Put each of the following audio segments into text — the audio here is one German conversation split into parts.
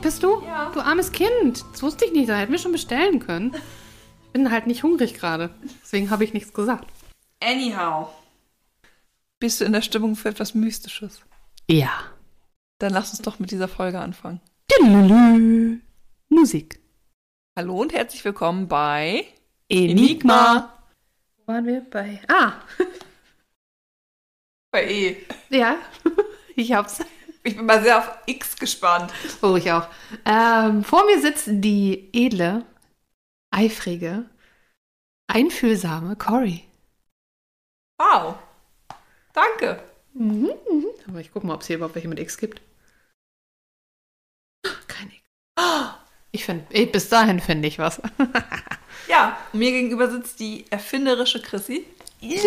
bist du? Ja. Du armes Kind. Das wusste ich nicht. Da hätten wir schon bestellen können. Bin halt nicht hungrig gerade. Deswegen habe ich nichts gesagt. Anyhow. Bist du in der Stimmung für etwas Mystisches? Ja. Dann lass uns doch mit dieser Folge anfangen. Tüdelülü. Musik. Hallo und herzlich willkommen bei Wo waren wir bei? Ah, Bei E. ja. Ich hab's. Ich bin mal sehr auf X gespannt. Oh, ich auch. Ähm, vor mir sitzt die edle, eifrige, einfühlsame Cory. Wow. Danke. Mhm, Aber ich guck mal, ob es hier überhaupt welche mit X gibt. Ah, Kein X. Ich find, eh, bis dahin finde ich was. Ja, mir gegenüber sitzt die erfinderische Chrissy, Ja.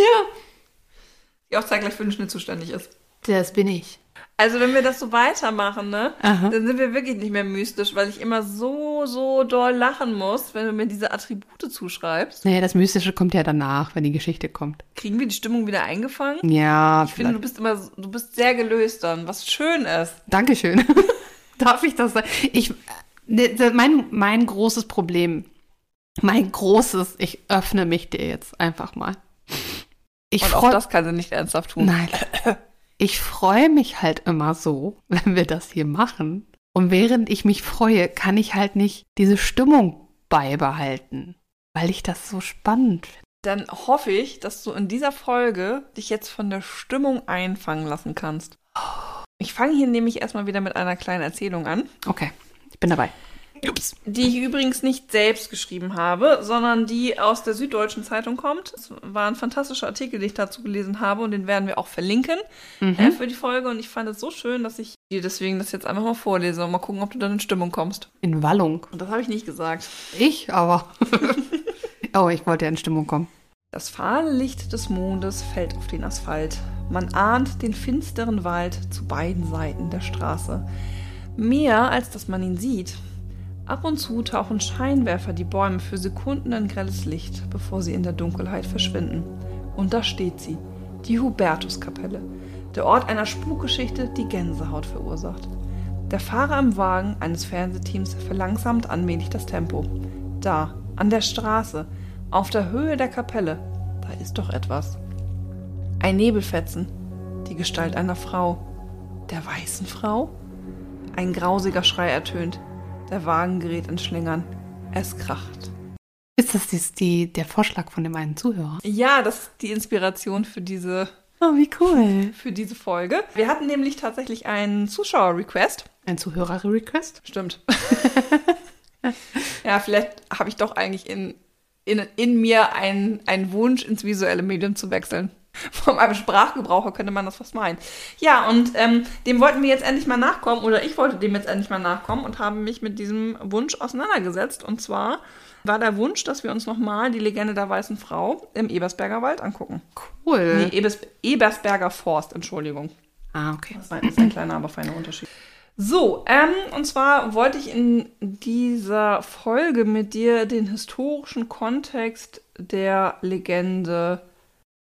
die auch zeitgleich für den Schnitt zuständig ist. Das bin ich. Also wenn wir das so weitermachen, ne, Aha. dann sind wir wirklich nicht mehr mystisch, weil ich immer so, so doll lachen muss, wenn du mir diese Attribute zuschreibst. Naja, das Mystische kommt ja danach, wenn die Geschichte kommt. Kriegen wir die Stimmung wieder eingefangen? Ja, Ich finde, du bist immer, so- du bist sehr gelöst dann, was schön ist. Dankeschön. Darf ich das sagen? Ich, ne, ne, mein, mein großes Problem, mein großes, ich öffne mich dir jetzt einfach mal. Ich Und auch freue das kann sie nicht ernsthaft tun. Nein. Ich freue mich halt immer so, wenn wir das hier machen. Und während ich mich freue, kann ich halt nicht diese Stimmung beibehalten, weil ich das so spannend finde. Dann hoffe ich, dass du in dieser Folge dich jetzt von der Stimmung einfangen lassen kannst. Ich fange hier nämlich erstmal wieder mit einer kleinen Erzählung an, Okay, ich bin dabei. Ups. die ich übrigens nicht selbst geschrieben habe, sondern die aus der Süddeutschen Zeitung kommt. Es war ein fantastischer Artikel, den ich dazu gelesen habe und den werden wir auch verlinken Mhm. äh, für die Folge. Und ich fand es so schön, dass ich dir deswegen das jetzt einfach mal vorlese und mal gucken, ob du dann in Stimmung kommst. In Wallung. Und das habe ich nicht gesagt. Ich aber. oh, ich wollte ja in Stimmung kommen. Das fahle Licht des Mondes fällt auf den Asphalt. Man ahnt den finsteren Wald zu beiden Seiten der Straße. Mehr als dass man ihn sieht. Ab und zu tauchen Scheinwerfer die Bäume für Sekunden in grelles Licht, bevor sie in der Dunkelheit verschwinden. Und da steht sie, die Hubertuskapelle, der Ort einer Spukgeschichte, die Gänsehaut verursacht. Der Fahrer im Wagen eines Fernsehteams verlangsamt allmählich das Tempo. Da, an der Straße, auf der Höhe der Kapelle, da ist doch etwas. Ein Nebelfetzen, die Gestalt einer Frau, der weißen Frau? Ein grausiger Schrei ertönt. Der Wagen gerät ins Schlingern. Es kracht. Ist das die, die, der Vorschlag von dem einen Zuhörer? Ja, das ist die Inspiration für diese, Oh, wie cool. für diese Folge. Wir hatten nämlich tatsächlich einen Zuschauer-Request. Ein Zuhörer-Request? Stimmt. ja, vielleicht habe ich doch eigentlich in, in, in mir einen, einen Wunsch, ins visuelle Medium zu wechseln. Von einem Sprachgebraucher könnte man das fast meinen. Ja, und ähm, dem wollten wir jetzt endlich mal nachkommen, oder ich wollte dem jetzt endlich mal nachkommen und habe mich mit diesem Wunsch auseinandergesetzt. Und zwar war der Wunsch, dass wir uns nochmal die Legende der Weißen Frau im Ebersberger Wald angucken. Cool. Nee, Ebers, Ebersberger Forst, Entschuldigung. Ah, okay. Das ist ein kleiner, aber feiner Unterschied. So, ähm, und zwar wollte ich in dieser Folge mit dir den historischen Kontext der Legende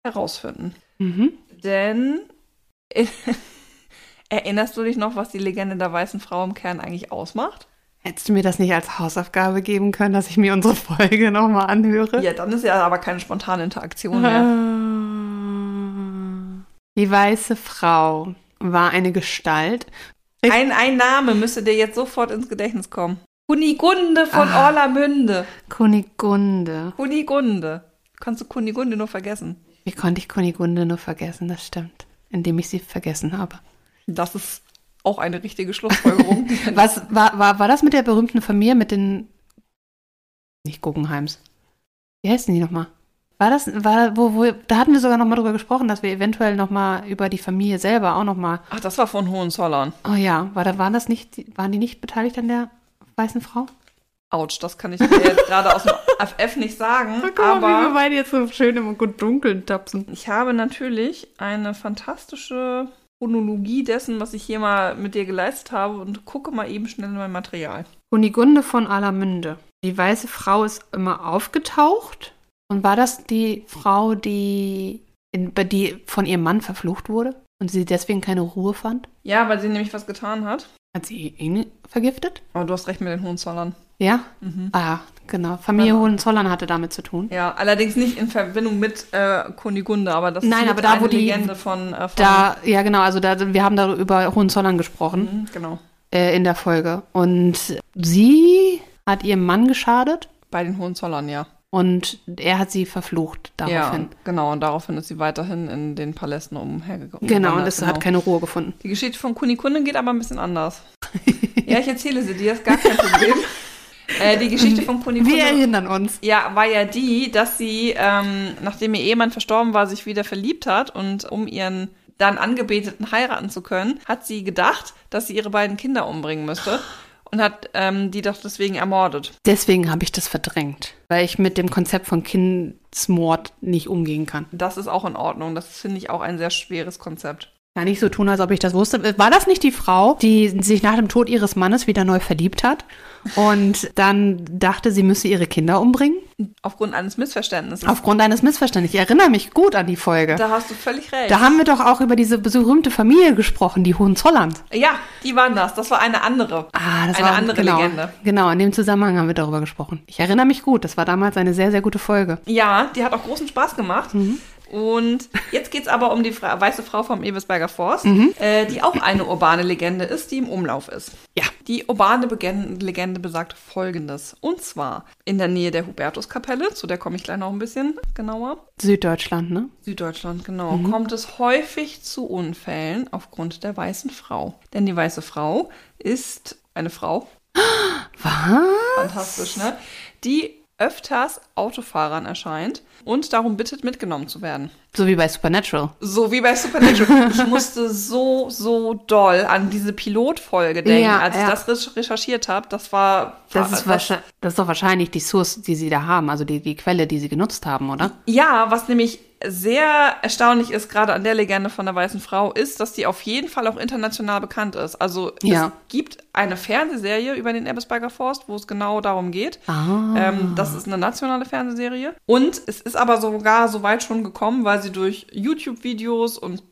herausfinden. Mhm. Denn erinnerst du dich noch, was die Legende der weißen Frau im Kern eigentlich ausmacht? Hättest du mir das nicht als Hausaufgabe geben können, dass ich mir unsere Folge nochmal anhöre? Ja, dann ist ja aber keine spontane Interaktion mehr. Ah. Die weiße Frau war eine Gestalt. Ein, ein Name müsste dir jetzt sofort ins Gedächtnis kommen. Kunigunde von Ah. Orlamünde. Kunigunde. Kunigunde. Kannst du Kunigunde nur vergessen? Wie konnte ich Kunigunde nur vergessen? Das stimmt. Indem ich sie vergessen habe. Das ist auch eine richtige Schlussfolgerung. Was war, war, war das mit der berühmten Familie mit den nicht Guggenheims? Wie heißen die nochmal? War das, war, wo, wo, da hatten wir sogar nochmal drüber gesprochen, dass wir eventuell nochmal über die Familie selber auch nochmal. Ach, das war von Hohenzollern. Oh ja, war da, waren das nicht, die- waren die nicht beteiligt an der weißen Frau? Autsch, das kann ich dir jetzt gerade aus dem FF nicht sagen. aber beide jetzt so schön im gut dunkeln tapsen. ich habe natürlich eine fantastische Chronologie dessen, was ich hier mal mit dir geleistet habe und gucke mal eben schnell in mein Material. Kunigunde von Alamünde. Die weiße Frau ist immer aufgetaucht. Und war das die Frau, die, in, bei- die von ihrem Mann verflucht wurde? Und sie deswegen keine Ruhe fand? Ja, weil sie nämlich was getan hat. Hat sie ihn vergiftet? Aber du hast recht mit den Hohenzollern. Ja? Mhm. Ah, genau. Familie Hohenzollern hatte damit zu tun. Ja, allerdings nicht in Verbindung mit äh, Kunigunde, aber das Nein, mit aber da, eine wo die- Legende von, äh, von Da, ja genau, also da, wir haben da über Hohenzollern gesprochen Mhm, genau äh, in der Folge. Und sie hat ihrem Mann geschadet bei den Hohenzollern, ja. und er hat sie verflucht daraufhin. Ja, genau. Und daraufhin ist sie weiterhin in den Palästen umhergegangen. genau, und es hat keine Ruhe gefunden. Die Geschichte von Kunikunde geht aber ein bisschen anders. ja, ich erzähle sie dir, ist gar kein Problem. äh, die Geschichte von Kunikunde. Wir erinnern uns. Ja, war ja die, dass sie, ähm, nachdem ihr Ehemann verstorben war, sich wieder verliebt hat und um ihren dann Angebeteten heiraten zu können, hat sie gedacht, dass sie ihre beiden Kinder umbringen müsste und hat ähm, die doch deswegen ermordet. Deswegen habe ich das verdrängt, weil ich mit dem Konzept von Kindsmord nicht umgehen kann. Das ist auch in Ordnung. Das finde ich auch ein sehr schweres Konzept. Kann ich so tun, als ob ich das wusste. Äh, War das nicht die Frau, die sich nach dem Tod ihres Mannes wieder neu verliebt hat und dann dachte, sie müsse ihre Kinder umbringen? Aufgrund eines Missverständnisses. Aufgrund eines Missverständnisses. Ich erinnere mich gut an die Folge. Da, da hast du völlig recht. haben wir doch auch über diese berühmte Familie gesprochen, die Hohenzollern. ja, die waren das. Das war eine andere. Ah, das Eine war andere genau, Legende. Genau, in dem Zusammenhang haben wir darüber gesprochen. Ich erinnere mich gut. Das war damals eine sehr, sehr gute Folge. Ja, die hat auch großen Spaß gemacht. Mhm. Und jetzt geht's aber um die Fra weiße Frau vom Ebersberger Forst, Mhm. äh, die auch eine urbane Legende ist, die im Umlauf ist. Ja. Die urbane Begen- Legende besagt folgendes. Und zwar in der Nähe der Hubertuskapelle, zu der komme ich gleich noch ein bisschen genauer. Süddeutschland, ne? Süddeutschland, genau, Mhm. kommt es häufig zu Unfällen aufgrund der weißen Frau. Denn die weiße Frau ist eine Frau, Was? fantastisch, ne? Die öfters Autofahrern erscheint und darum bittet, mitgenommen zu werden. So wie bei Supernatural. So wie bei Supernatural. Ich musste so, so doll an diese Pilotfolge denken, Ja, als ich ja. das recherch- recherchiert habe. Das war. Das war- ist, wahrscheinlich, das ist doch wahrscheinlich die Source, die sie da haben, also die, die Quelle, die sie genutzt haben, oder? Ja, was nämlich sehr erstaunlich ist, gerade an der Legende von der Weißen Frau, ist, dass die auf jeden Fall auch international bekannt ist. Also Ja. es gibt eine Fernsehserie über den Ebbesberger Forst, wo es genau darum geht. Ah. Ähm, das ist eine nationale Fernsehserie. Und es ist aber sogar so weit schon gekommen, weil sie durch YouTube-Videos und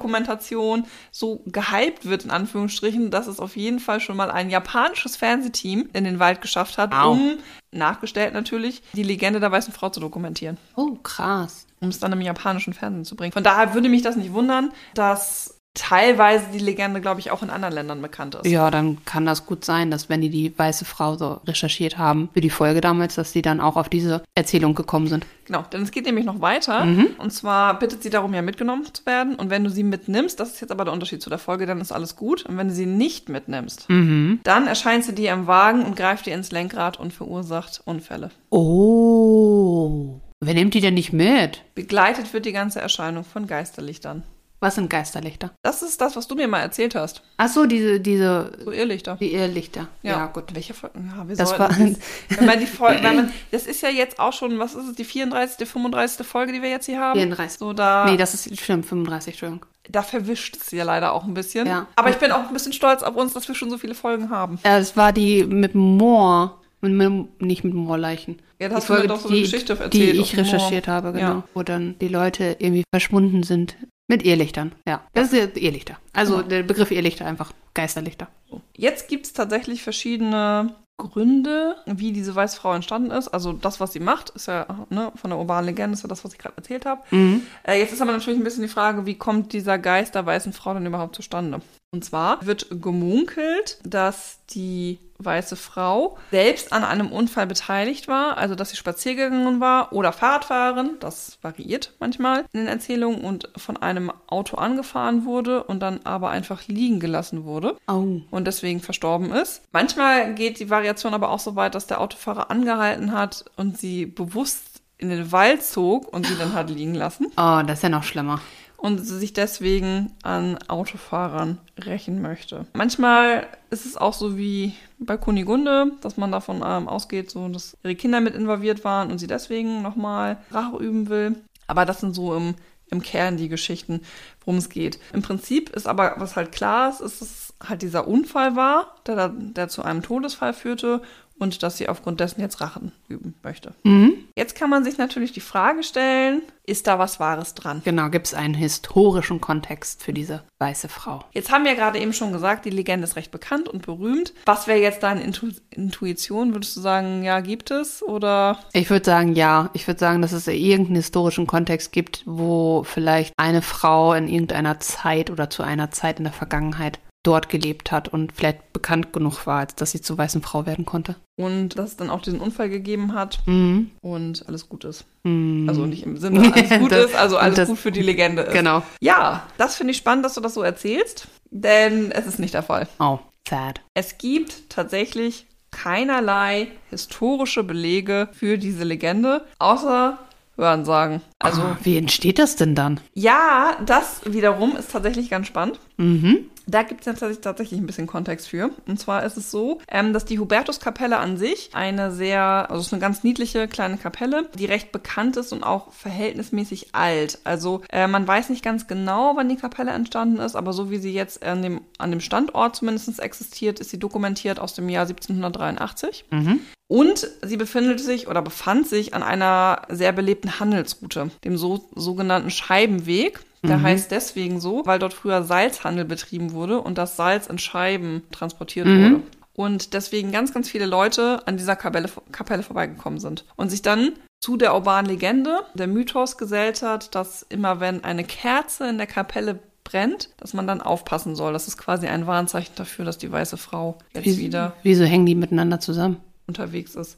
Privatdokumentation so gehypt wird, in Anführungsstrichen, dass es auf jeden Fall schon mal ein japanisches Fernsehteam in den Wald geschafft hat, Au. um, nachgestellt natürlich, die Legende der weißen Frau zu dokumentieren, Oh, krass. um es dann im japanischen Fernsehen zu bringen. Von daher würde mich das nicht wundern, dass teilweise die Legende, glaube ich, auch in anderen Ländern bekannt ist. Ja, dann kann das gut sein, dass wenn die die weiße Frau so recherchiert haben für die Folge damals, dass sie dann auch auf diese Erzählung gekommen sind. Genau, denn es geht nämlich noch weiter. Und zwar bittet sie darum, ja mitgenommen zu werden. Und wenn du sie mitnimmst, das ist jetzt aber der Unterschied zu der Folge, dann ist alles gut. Und wenn du sie nicht mitnimmst, Mhm. dann erscheint sie dir im Wagen und greift dir ins Lenkrad und verursacht Unfälle. Oh. Wer nimmt die denn nicht mit? Begleitet wird die ganze Erscheinung von Geisterlichtern. Was sind Geisterlichter? Das ist das, was du mir mal erzählt hast. Ach so, diese, diese, So Irrlichter. die Irrlichter. Ja, gut. Welche Folge? Ja, wir Das sollten war- das- wenn man die Folge, wenn man, das ist ja jetzt auch schon, was ist es, die 34., 35. Folge, die wir jetzt hier haben? 34. So, da, Nee, das ist schlimm, 35, Entschuldigung. da verwischt es ja leider auch ein bisschen. Ja. Aber ich bin auch ein bisschen stolz auf uns, dass wir schon so viele Folgen haben. Äh, Es war die mit Moor. Mit, mit, nicht mit Moorleichen. Ja, da Die hast du mir doch so eine die, Geschichte erzählt Die auf ich dem Moor. recherchiert habe, genau. Ja. Wo dann die Leute irgendwie verschwunden sind. Mit Irrlichtern, ja. Das ist Irrlichter. Also Genau. der Begriff Irrlichter einfach. Geisterlichter. Oh. Jetzt gibt es tatsächlich verschiedene Gründe, wie diese weiße Frau entstanden ist. Also das, was sie macht, ist ja ne, von der urbanen Legende, ist ja das, was ich gerade erzählt habe. Äh, jetzt ist aber natürlich ein bisschen die Frage, wie kommt dieser Geist der weißen Frau denn überhaupt zustande? Und zwar wird gemunkelt, dass die weiße Frau selbst an einem Unfall beteiligt war, also dass sie Spaziergängerin war oder Fahrradfahrerin, das variiert manchmal in den Erzählungen und von einem Auto angefahren wurde und dann aber einfach liegen gelassen wurde Oh. und deswegen verstorben ist. Manchmal geht die Variation aber auch so weit, dass der Autofahrer angehalten hat und sie bewusst in den Wald zog und sie dann hat liegen lassen Oh, das ist ja noch schlimmer. und sie sich deswegen an Autofahrern rächen möchte. Manchmal ist es auch so wie bei Kunigunde, dass man davon ähm, ausgeht, so, dass ihre Kinder mit involviert waren und sie deswegen nochmal Rache üben will. Aber das sind so im, im Kern die Geschichten, worum es geht. Im Prinzip ist aber, was halt klar ist, ist, dass halt dieser Unfall war, der, da- der zu einem Todesfall führte und dass sie aufgrund dessen jetzt Rachen üben möchte. Mhm. Jetzt kann man sich natürlich die Frage stellen, ist da was Wahres dran? Genau, gibt es einen historischen Kontext für diese weiße Frau. Jetzt haben wir gerade eben schon gesagt, die Legende ist recht bekannt und berühmt. Was wäre jetzt deine Intu Intuition? Würdest du sagen, ja, gibt es? Oder Ich würde sagen, ja. Ich würde sagen, dass es irgendeinen historischen Kontext gibt, wo vielleicht eine Frau in irgendeiner Zeit oder zu einer Zeit in der Vergangenheit dort gelebt hat und vielleicht bekannt genug war, als dass sie zur weißen Frau werden konnte. und dass es dann auch diesen Unfall gegeben hat Mhm. und alles gut ist. Mhm. Also nicht im Sinne, alles gut Das- ist, also alles das- gut für die Legende ist. Genau. Ja, das finde ich spannend, dass du das so erzählst, denn es ist nicht der Fall. Oh, sad. Es gibt tatsächlich keinerlei historische Belege für diese Legende, außer Hörensagen. Also Ah, wie entsteht das denn dann? ja, das wiederum ist tatsächlich ganz spannend. Mhm. Da gibt es tatsächlich, tatsächlich ein bisschen Kontext für. Und zwar ist es so, ähm, dass die Hubertuskapelle an sich eine sehr, also es ist eine ganz niedliche kleine Kapelle, die recht bekannt ist und auch verhältnismäßig alt. Also äh, man weiß nicht ganz genau, wann die Kapelle entstanden ist, aber so wie sie jetzt an dem, an dem Standort zumindest existiert, ist sie dokumentiert aus dem Jahr 1783. Mhm. Und sie befindet sich oder befand sich an einer sehr belebten Handelsroute, dem so, sogenannten Scheibenweg. Der heißt deswegen so, weil dort früher Salzhandel betrieben wurde und das Salz in Scheiben transportiert Mhm. wurde. Und deswegen ganz, ganz viele Leute an dieser Kapelle, Kapelle vorbeigekommen sind und sich dann zu der urbanen Legende, der Mythos gesellt hat, dass immer wenn eine Kerze in der Kapelle brennt, dass man dann aufpassen soll. Das ist quasi ein Warnzeichen dafür, dass die weiße Frau jetzt wieder Wieso hängen die miteinander zusammen? unterwegs ist.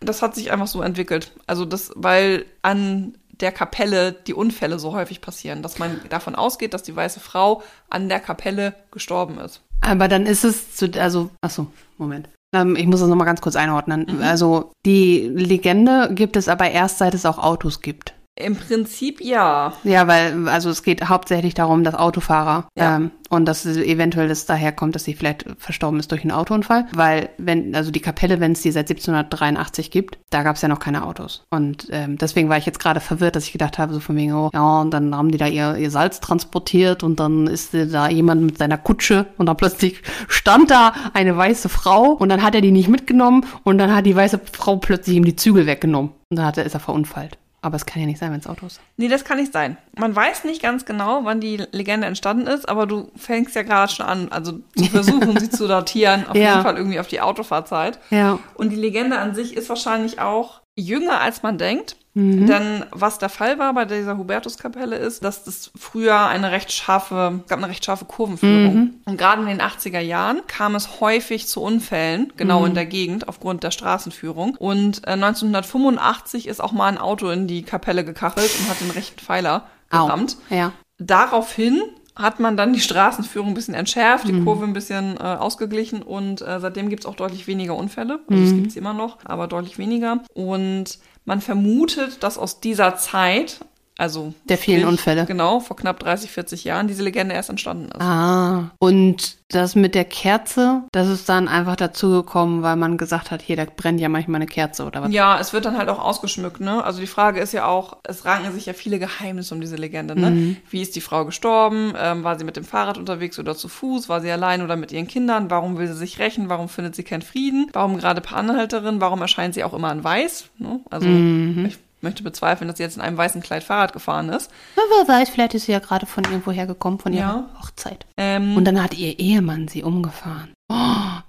Das hat sich einfach so entwickelt. Also das, weil an der Kapelle die Unfälle so häufig passieren, dass man davon ausgeht, dass die weiße Frau an der Kapelle gestorben ist. Aber dann ist es zu, also, achso, Moment. Ähm, ich muss das nochmal ganz kurz einordnen. Mhm. Also, die Legende gibt es aber erst, seit es auch Autos gibt. Im Prinzip ja. Ja, weil, also es geht hauptsächlich darum, dass Autofahrer Ja. ähm, und dass es eventuell das daher kommt, dass sie vielleicht verstorben ist durch einen Autounfall. Weil, wenn, also die Kapelle, wenn es die seit 1783 gibt, da gab es ja noch keine Autos. Und ähm, deswegen war ich jetzt gerade verwirrt, dass ich gedacht habe, so von wegen, oh, ja, und dann haben die da ihr, ihr Salz transportiert und dann ist da jemand mit seiner Kutsche und dann plötzlich stand da eine weiße Frau und dann hat er die nicht mitgenommen und dann hat die weiße Frau plötzlich ihm die Zügel weggenommen. Und dann hat er, ist er verunfallt. Aber es kann ja nicht sein, wenn es Autos sind. Nee, das kann nicht sein. Man weiß nicht ganz genau, wann die Legende entstanden ist, aber du fängst ja gerade schon an, also zu versuchen, sie zu datieren. Auf Ja. jeden Fall irgendwie auf die Autofahrzeit. Ja. Und die Legende an sich ist wahrscheinlich auch jünger, als man denkt. Mhm. Denn was der Fall war bei dieser Hubertuskapelle ist, dass das früher eine recht scharfe, es gab eine recht scharfe Kurvenführung. Mhm. Und gerade in den 80er Jahren kam es häufig zu Unfällen, genau Mhm. in der Gegend, aufgrund der Straßenführung. Und äh, 1985 ist auch mal ein Auto in die Kapelle gekachelt und hat den rechten Pfeiler Au. gerammt. Ja. Daraufhin hat man dann die Straßenführung ein bisschen entschärft, die Mhm. Kurve ein bisschen äh, ausgeglichen und äh, seitdem gibt's auch deutlich weniger Unfälle. Also Mhm. es gibt's immer noch, aber deutlich weniger. Und man vermutet, dass aus dieser Zeit, also Der vielen Unfälle. genau, vor knapp 30, 40 Jahren, diese Legende erst entstanden ist. Ah, und das mit der Kerze, das ist dann einfach dazugekommen, weil man gesagt hat, hier, da brennt ja manchmal eine Kerze oder was. Ja, es wird dann halt auch ausgeschmückt, ne? Also die Frage ist ja auch, es ranken sich ja viele Geheimnisse um diese Legende, ne? Wie ist die Frau gestorben? Ähm, war sie mit dem Fahrrad unterwegs oder zu Fuß? War sie allein oder mit ihren Kindern? Warum will sie sich rächen? Warum findet sie keinen Frieden? Warum gerade per Anhalterin? Warum erscheint sie auch immer in weiß? Ne? Also ich möchte bezweifeln, dass sie jetzt in einem weißen Kleid Fahrrad gefahren ist. Na, wer weiß, vielleicht ist sie ja gerade von irgendwo hergekommen, von ihrer Hochzeit. Ähm, Und dann hat ihr Ehemann sie umgefahren. Oh,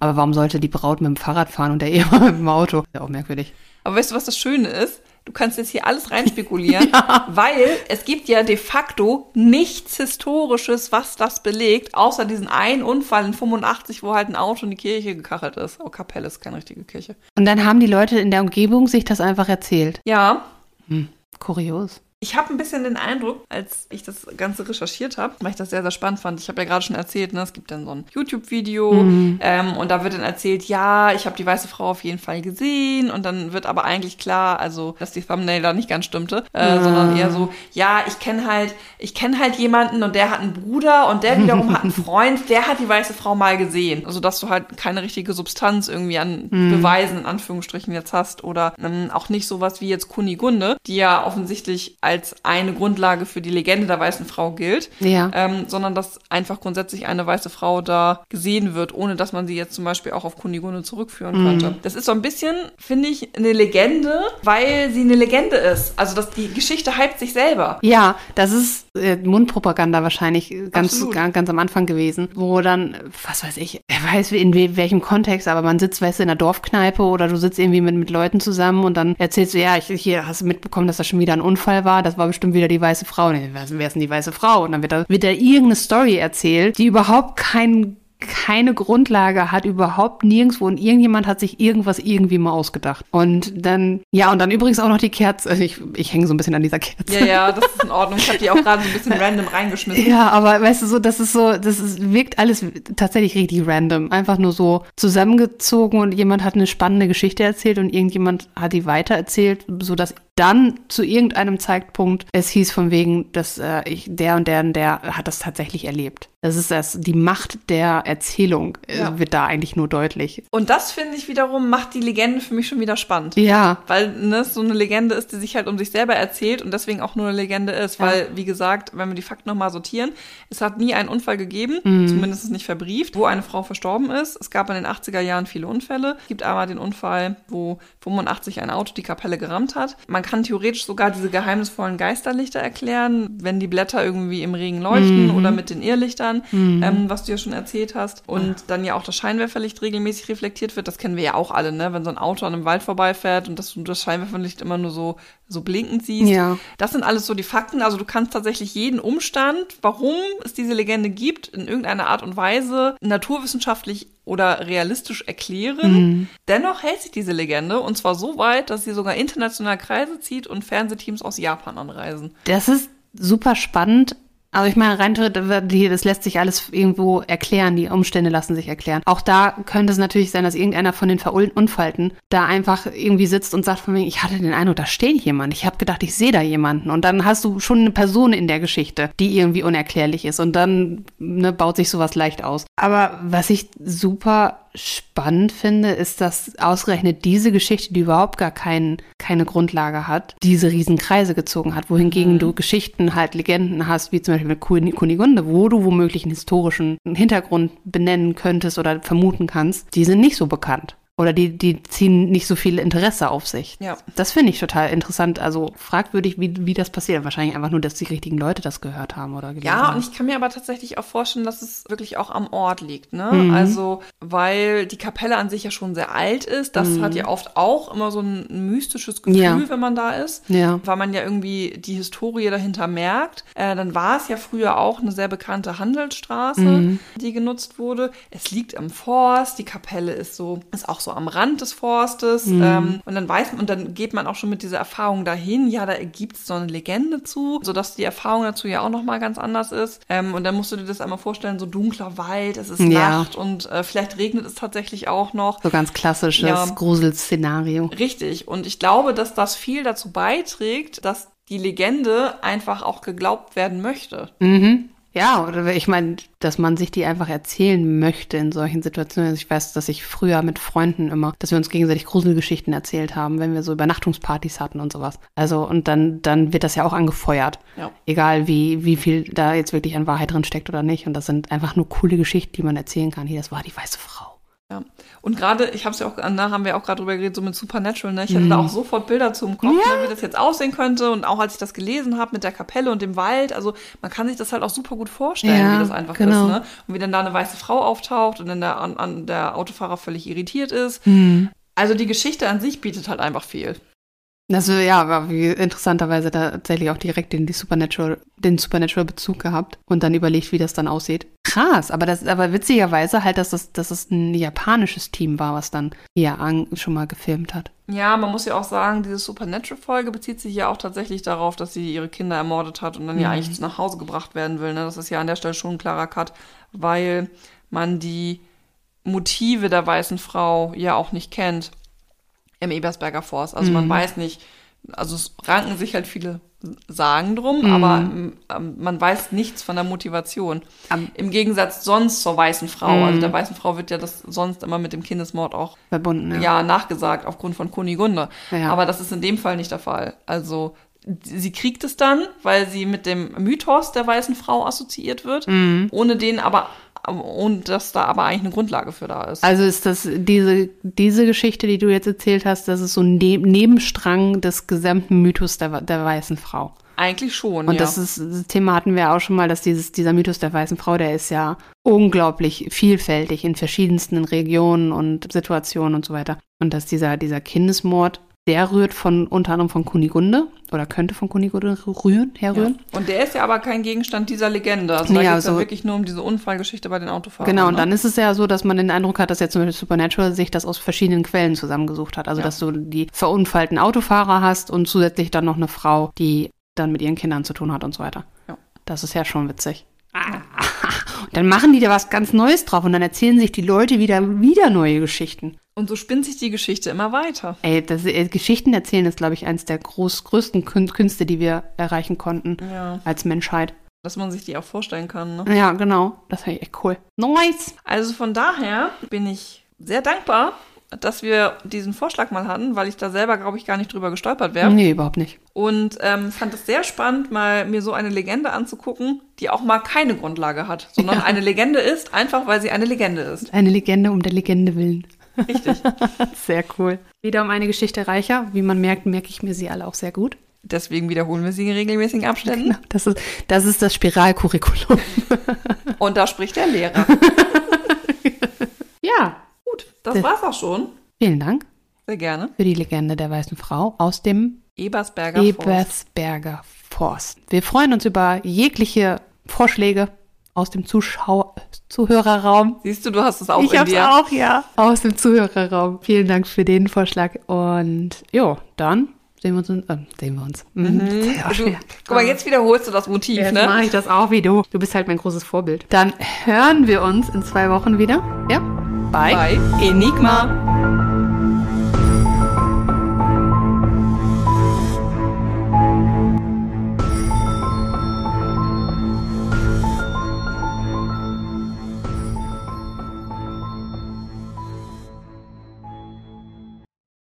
aber warum sollte die Braut mit dem Fahrrad fahren und der Ehemann mit dem Auto? Ist Ja, auch merkwürdig. Aber weißt du, was das Schöne ist? Du kannst jetzt hier alles reinspekulieren, weil es gibt ja de facto nichts Historisches, was das belegt, außer diesen einen Unfall in 85, wo halt ein Auto in die Kirche gekachelt ist. Oh, Kapelle ist keine richtige Kirche. Und dann haben die Leute in der Umgebung sich das einfach erzählt. Ja, Kurios. Ich habe ein bisschen den Eindruck, als ich das Ganze recherchiert habe, weil ich das sehr, sehr spannend fand. Ich habe ja gerade schon erzählt, ne, es gibt dann so ein YouTube-Video ähm, und da wird dann erzählt, ja, ich habe die weiße Frau auf jeden Fall gesehen und dann wird aber eigentlich klar, also, dass die Thumbnail da nicht ganz stimmte, äh, sondern eher so, ja, ich kenne halt, ich kenne halt jemanden und der hat einen Bruder und der wiederum hat einen Freund, der hat die weiße Frau mal gesehen. Also, dass du halt keine richtige Substanz irgendwie an Beweisen in Anführungsstrichen jetzt hast oder ähm, auch nicht sowas wie jetzt Kunigunde, die ja offensichtlich als als eine Grundlage für die Legende der weißen Frau gilt, Ja. ähm, sondern dass einfach grundsätzlich eine weiße Frau da gesehen wird, ohne dass man sie jetzt zum Beispiel auch auf Kunigunde zurückführen könnte. Das ist so ein bisschen, finde ich, eine Legende, weil sie eine Legende ist. Also dass die Geschichte hypt sich selber. Ja, das ist äh, Mundpropaganda wahrscheinlich äh, ganz, Absolut. ganz, ganz am Anfang gewesen, wo dann, äh, was weiß ich, wer weiß in we welchem Kontext, aber man sitzt, weißt du, in der Dorfkneipe oder du sitzt irgendwie mit, mit Leuten zusammen und dann erzählst du, ja, ich, hier hast du mitbekommen, dass das schon wieder ein Unfall war, das war bestimmt wieder die weiße Frau. Nee, wer, wer ist denn die weiße Frau? Und dann wird da, wird da irgendeine Story erzählt, die überhaupt keinen keine Grundlage hat, überhaupt nirgendwo und irgendjemand hat sich irgendwas irgendwie mal ausgedacht. Und dann, ja, und dann übrigens auch noch die Kerze, also ich, ich hänge so ein bisschen an dieser Kerze. Ja, ja, das ist in Ordnung. Ich habe die auch gerade so ein bisschen random reingeschmissen. Ja, aber weißt du, so, das ist so, das ist, wirkt alles tatsächlich richtig random. Einfach nur so zusammengezogen und jemand hat eine spannende Geschichte erzählt und irgendjemand hat die weitererzählt, sodass dann zu irgendeinem Zeitpunkt es hieß von wegen, dass äh, ich, der und der und der hat das tatsächlich erlebt. Das ist das, die Macht der Erzählung äh, Ja. wird da eigentlich nur deutlich. Und das finde ich wiederum macht die Legende für mich schon wieder spannend. Ja, Weil ne, es so eine Legende ist, die sich halt um sich selber erzählt und deswegen auch nur eine Legende ist. Weil, wie gesagt, wenn wir die Fakten nochmal sortieren, es hat nie einen Unfall gegeben, zumindest nicht verbrieft, wo eine Frau verstorben ist. Es gab in den 80er Jahren viele Unfälle. Es gibt einmal den Unfall, wo 85 ein Auto die Kapelle gerammt hat. Man kann theoretisch sogar diese geheimnisvollen Geisterlichter erklären, wenn die Blätter irgendwie im Regen leuchten oder mit den Irrlichtern, ähm, was du ja schon erzählt hast. Und dann ja auch das Scheinwerferlicht regelmäßig reflektiert wird. Das kennen wir ja auch alle, ne? Wenn so ein Auto an einem Wald vorbeifährt und dass du das Scheinwerferlicht immer nur so, so blinkend siehst. Ja. Das sind alles so die Fakten. Also du kannst tatsächlich jeden Umstand, warum es diese Legende gibt, in irgendeiner Art und Weise naturwissenschaftlich oder realistisch erklären. Dennoch hält sich diese Legende und zwar so weit, dass sie sogar international Kreise zieht und Fernsehteams aus Japan anreisen. Das ist super spannend. Also ich meine, rein theoretisch, die- das lässt sich alles irgendwo erklären, die Umstände lassen sich erklären. Auch da könnte es natürlich sein, dass irgendeiner von den Verunfallten da einfach irgendwie sitzt und sagt von wegen, ich hatte den Eindruck, da steht jemand. Ich habe gedacht, ich sehe da jemanden. Und dann hast du schon eine Person in der Geschichte, die irgendwie unerklärlich ist. Und dann ne, baut sich sowas leicht aus. Aber was ich super spannend finde, ist, dass ausgerechnet diese Geschichte, die überhaupt gar keinen, keine Grundlage hat, diese riesen Kreise gezogen hat, wohingegen Mhm. du Geschichten halt Legenden hast, wie zum Beispiel mit Kun- Kunigunde, wo du womöglich einen historischen Hintergrund benennen könntest oder vermuten kannst, die sind nicht so bekannt. Oder die, die ziehen nicht so viel Interesse auf sich. Ja. Das finde ich total interessant. Also fragwürdig, wie, wie das passiert. Wahrscheinlich einfach nur, dass die richtigen Leute das gehört haben oder gelesen Ja, haben. und ich kann mir aber tatsächlich auch vorstellen, dass es wirklich auch am Ort liegt, ne? Also, weil die Kapelle an sich ja schon sehr alt ist. Das hat ja oft auch immer so ein mystisches Gefühl, Ja. wenn man da ist. Ja. Weil man ja irgendwie die Historie dahinter merkt. Äh, dann war es ja früher auch eine sehr bekannte Handelsstraße, Mhm. die genutzt wurde. Es liegt am Forst, die Kapelle ist so, ist auch so am Rand des Forstes. Mhm. Ähm, und dann weiß man, und dann geht man auch schon mit dieser Erfahrung dahin, ja, da gibt's so eine Legende zu, sodass die Erfahrung dazu ja auch nochmal ganz anders ist. Ähm, und dann musst du dir das einmal vorstellen, so dunkler Wald, es ist Ja. Nacht und äh, vielleicht regnet es tatsächlich auch noch. so ganz klassisches Ja. Gruselszenario. Richtig. Und ich glaube, dass das viel dazu beiträgt, dass die Legende einfach auch geglaubt werden möchte. Mhm. Ja, oder ich meine, dass man sich die einfach erzählen möchte in solchen Situationen. Also ich weiß, dass ich früher mit Freunden immer, dass wir uns gegenseitig Gruselgeschichten erzählt haben, wenn wir so Übernachtungspartys hatten und sowas. Also, und dann, dann wird das ja auch angefeuert. Ja. Egal wie, wie viel da jetzt wirklich an Wahrheit drin steckt oder nicht. Und das sind einfach nur coole Geschichten, die man erzählen kann. Hier, das war die weiße Frau. Ja. Und gerade, ich habe es ja auch, danach haben wir auch gerade drüber geredet, so mit Supernatural, ne? Ich hatte Mhm. da auch sofort Bilder zu im Kopf, ne, wie das jetzt aussehen könnte. Und auch als ich das gelesen habe mit der Kapelle und dem Wald, also man kann sich das halt auch super gut vorstellen, Ja, wie das einfach genau. ist, ne? Und wie dann da eine weiße Frau auftaucht und dann der, an, an der Autofahrer völlig irritiert ist. Also die Geschichte an sich bietet halt einfach viel. Das äh, ja, war wie- interessanterweise tatsächlich auch direkt den, die Supernatural, den Supernatural-Bezug gehabt und dann überlegt, wie das dann aussieht. Krass, aber das, aber witzigerweise halt, dass das, dass das ein japanisches Team war, was dann hier an, schon mal gefilmt hat. Ja, man muss ja auch sagen, diese Supernatural-Folge bezieht sich ja auch tatsächlich darauf, dass sie ihre Kinder ermordet hat und dann ja eigentlich nach Hause gebracht werden will. Ne? Das ist ja an der Stelle schon ein klarer Cut, weil man die Motive der weißen Frau ja auch nicht kennt im Ebersberger Forst. Also man weiß nicht, also es ranken sich halt viele Sagen drum, aber mm, ähm, man weiß nichts von der Motivation. Am- Im Gegensatz sonst zur weißen Frau. Also der weißen Frau wird ja das sonst immer mit dem Kindesmord auch Verbunden, ja. ja, nachgesagt aufgrund von Kunigunde. Ja. Aber das ist in dem Fall nicht der Fall. Also sie kriegt es dann, weil sie mit dem Mythos der weißen Frau assoziiert wird, Mhm. ohne den aber, ohne dass da aber eigentlich eine Grundlage für da ist. Also ist das diese, diese Geschichte, die du jetzt erzählt hast, das ist so ein ne Nebenstrang des gesamten Mythos der, der weißen Frau. eigentlich schon, Und ja. das ist, das Thema hatten wir auch schon mal, dass dieses, dieser Mythos der weißen Frau, der ist ja unglaublich vielfältig in verschiedensten Regionen und Situationen und so weiter. Und dass dieser, dieser Kindesmord, der rührt von, unter anderem von Kunigunde oder könnte von Kunigunde rühren, ja. herrühren. Und der ist ja aber kein Gegenstand dieser Legende. Also da Ja, geht es ja so- wirklich nur um diese Unfallgeschichte bei den Autofahrern. Genau, und ne? dann ist es ja so, dass man den Eindruck hat, dass jetzt zum Beispiel Supernatural sich das aus verschiedenen Quellen zusammengesucht hat. Also, Ja. dass du die verunfallten Autofahrer hast und zusätzlich dann noch eine Frau, die dann mit ihren Kindern zu tun hat und so weiter. Ja. Das ist ja schon witzig. Ah. Und dann machen die da was ganz Neues drauf und dann erzählen sich die Leute wieder, wieder neue Geschichten. Und so spinnt sich die Geschichte immer weiter. Ey, das, äh, Geschichten erzählen ist, glaube ich, eins der groß, größten Kün- Künste, die wir erreichen konnten Ja. als Menschheit. Dass man sich die auch vorstellen kann. Ne? Ja, genau. Das finde ich echt cool. Nice! Also von daher bin ich sehr dankbar, dass wir diesen Vorschlag mal hatten, weil ich da selber, glaube ich, gar nicht drüber gestolpert wäre. Nee, überhaupt nicht. Und ähm, fand es sehr spannend, mal mir so eine Legende anzugucken, die auch mal keine Grundlage hat, sondern eine Legende ist, einfach weil sie eine Legende ist. Eine Legende um der Legende willen. Richtig. Sehr cool. Wieder um eine Geschichte reicher. Wie man merkt, merke ich mir sie alle auch sehr gut. Deswegen wiederholen wir sie in regelmäßigen Abständen. Das ist das, ist das Spiralcurriculum. Genau. Und da spricht der Lehrer. Ja. Gut, das war's auch schon. Vielen Dank Sehr gerne. für die Legende der weißen Frau aus dem Ebersberger Forst. Ebersberger Forst. Wir freuen uns über jegliche Vorschläge aus dem Zuschau Zuhörerraum. Siehst du, du hast es auch ich in hab's dir. auch, ja. Aus dem Zuhörerraum. Vielen Dank für den Vorschlag. Und jo, dann sehen wir uns. in- Äh, sehen wir uns. Mhm. Das ist ja auch Du, schwer. guck mal, jetzt wiederholst du das Motiv, Jetzt ne? mache ich das auch wie du. Du bist halt mein großes Vorbild. Dann hören wir uns in zwei Wochen wieder. Ja. Bye. Bei Enigma.